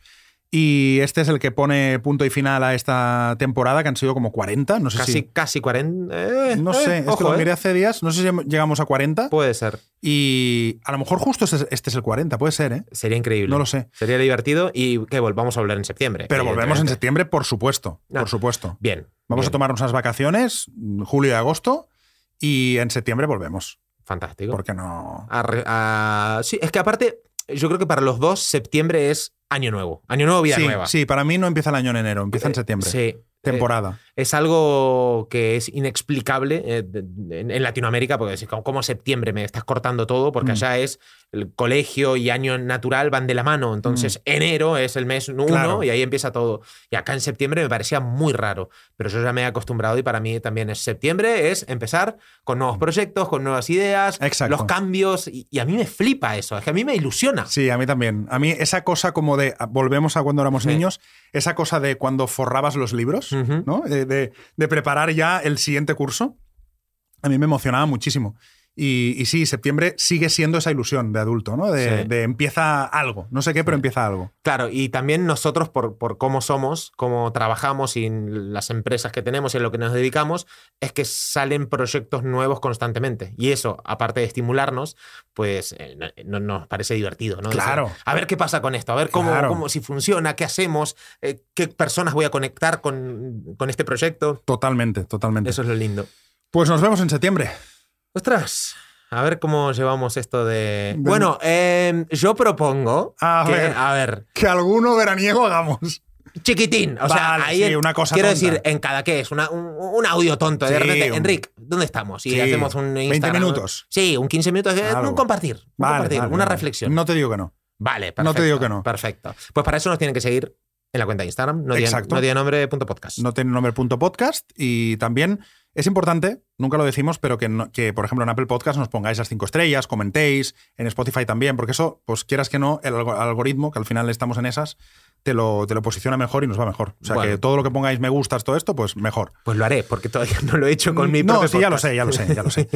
Speaker 1: Y este es el que pone punto y final a esta temporada, que han sido como 40, no sé
Speaker 2: Casi,
Speaker 1: si...
Speaker 2: casi 40. eh,
Speaker 1: No
Speaker 2: eh,
Speaker 1: sé, es que
Speaker 2: ojo,
Speaker 1: lo
Speaker 2: eh.
Speaker 1: miré hace días, no sé si llegamos a 40
Speaker 2: Puede ser.
Speaker 1: y a lo mejor justo este es- este es el 40, puede ser, ¿eh?
Speaker 2: Sería increíble.
Speaker 1: No lo sé.
Speaker 2: Sería divertido y que volvamos a hablar en septiembre.
Speaker 1: Pero volvemos en
Speaker 2: evidentemente.
Speaker 1: septiembre, por supuesto,
Speaker 2: Ah.
Speaker 1: por supuesto.
Speaker 2: Bien.
Speaker 1: Vamos
Speaker 2: bien.
Speaker 1: a tomarnos unas vacaciones, julio y agosto, y en septiembre volvemos,
Speaker 2: Fantástico.
Speaker 1: porque no...
Speaker 2: A re- a- Sí, es que aparte, yo creo que para los dos, septiembre es año nuevo. Año nuevo, vida
Speaker 1: sí,
Speaker 2: nueva. Eh,
Speaker 1: sí, para mí no empieza el año en enero, empieza en septiembre.
Speaker 2: Sí.
Speaker 1: Temporada.
Speaker 2: Eh, es algo que es inexplicable eh, de- de- en, en Latinoamérica, porque decís, ¿cómo septiembre me estás cortando todo? Porque
Speaker 1: Mm.
Speaker 2: allá es el colegio y año natural van de la mano. Entonces, enero es el mes uno
Speaker 1: Mm. Claro.
Speaker 2: y ahí empieza todo. Y acá en septiembre me parecía muy raro, pero yo ya me he acostumbrado y para mí también es septiembre, es empezar con nuevos proyectos, con nuevas ideas,
Speaker 1: Mm. Exacto.
Speaker 2: los cambios. Y, y a mí me flipa eso, es que a mí me ilusiona.
Speaker 1: Sí, a mí también. A mí esa cosa como de, ah, volvemos a cuando éramos
Speaker 2: Sí. Mm.
Speaker 1: niños, esa cosa de cuando forrabas los libros,
Speaker 2: Ujú.
Speaker 1: ¿no? De, de- de preparar ya el siguiente curso, a mí me emocionaba muchísimo. Y, y sí, septiembre sigue siendo esa ilusión de adulto, ¿no? De,
Speaker 2: Sí.
Speaker 1: de empieza algo, no sé qué, pero
Speaker 2: Sí.
Speaker 1: empieza algo.
Speaker 2: Claro, y también nosotros por, por cómo somos, cómo trabajamos y en las empresas que tenemos y en lo que nos dedicamos, es que salen proyectos nuevos constantemente. Y eso, aparte de estimularnos, pues eh, no- no- nos parece divertido, ¿no? Decir,
Speaker 1: Claro.
Speaker 2: a ver qué pasa con esto, a ver cómo,
Speaker 1: Claro.
Speaker 2: cómo si funciona, qué hacemos, eh, qué personas voy a conectar con, con este proyecto.
Speaker 1: Totalmente, totalmente.
Speaker 2: Eso es lo lindo.
Speaker 1: Pues nos vemos en septiembre.
Speaker 2: Ostras, a ver cómo llevamos esto de...
Speaker 1: Ven.
Speaker 2: Bueno, eh, yo propongo...
Speaker 1: A
Speaker 2: que-
Speaker 1: ver.
Speaker 2: a ver,
Speaker 1: Que alguno veraniego hagamos.
Speaker 2: chiquitín. O sea,
Speaker 1: Vale,
Speaker 2: ahí
Speaker 1: sí, una cosa
Speaker 2: Quiero
Speaker 1: tonta.
Speaker 2: decir, en cada que es una- un, un audio tonto.
Speaker 1: Sí,
Speaker 2: de repente,
Speaker 1: un-
Speaker 2: Enric, ¿dónde estamos? Y
Speaker 1: Sí,
Speaker 2: hacemos un
Speaker 1: 20
Speaker 2: Instagram.
Speaker 1: minutos.
Speaker 2: Sí, un 15 minutos. eh,
Speaker 1: Algo.
Speaker 2: Un compartir. un
Speaker 1: Vale,
Speaker 2: compartir,
Speaker 1: vale,
Speaker 2: una
Speaker 1: vale.
Speaker 2: reflexión.
Speaker 1: No te digo que no.
Speaker 2: vale, perfecto.
Speaker 1: no te digo que no.
Speaker 2: Perfecto. Pues para eso nos tienen que seguir en la cuenta de Instagram. No tiene,
Speaker 1: Exacto.
Speaker 2: no tiene nombre punto podcast.
Speaker 1: No tiene nombre punto podcast y también es importante, nunca lo decimos, pero que, no- que, por ejemplo en Apple Podcast nos pongáis las cinco estrellas, comentéis, en Spotify también, porque eso, pues quieras que no, el algo- algoritmo, que al final estamos en esas, te lo, te lo posiciona mejor y nos va mejor. O sea
Speaker 2: Bueno.
Speaker 1: que todo lo que pongáis me gustas, todo esto, pues mejor.
Speaker 2: Pues lo haré, porque todavía no lo he hecho con mi
Speaker 1: no,
Speaker 2: propio
Speaker 1: sí, ya lo
Speaker 2: podcast.
Speaker 1: sé, ya lo sé, ya lo sé.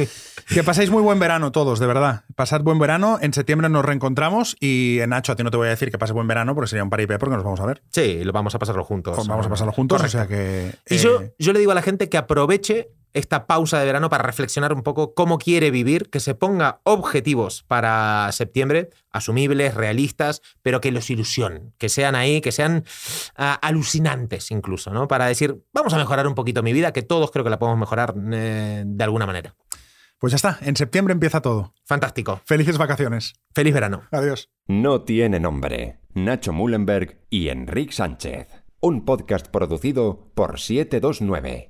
Speaker 1: que paséis muy buen verano todos, de verdad. Pasad buen verano, en septiembre nos reencontramos y eh, Nacho, a ti no te voy a decir que pases buen verano porque sería un paripé porque nos vamos a ver.
Speaker 2: Sí, lo vamos a pasarlo juntos.
Speaker 1: Vamos a pasarlo juntos,
Speaker 2: Correcto.
Speaker 1: o sea que...
Speaker 2: Y
Speaker 1: eh,
Speaker 2: yo, yo le digo a la gente que aproveche esta pausa de verano para reflexionar un poco cómo quiere vivir, que se ponga objetivos para septiembre, asumibles, realistas, pero que los ilusionen, que sean ahí, que sean ah, alucinantes incluso, ¿no? Para decir, vamos a mejorar un poquito mi vida, que todos creo que la podemos mejorar eh, de alguna manera.
Speaker 1: Pues ya está, en septiembre empieza todo.
Speaker 2: Fantástico.
Speaker 1: Felices vacaciones.
Speaker 2: Feliz verano.
Speaker 1: Adiós.
Speaker 3: No tiene nombre. Nacho Mullenberg y Enrique Sánchez. Un podcast producido por 729.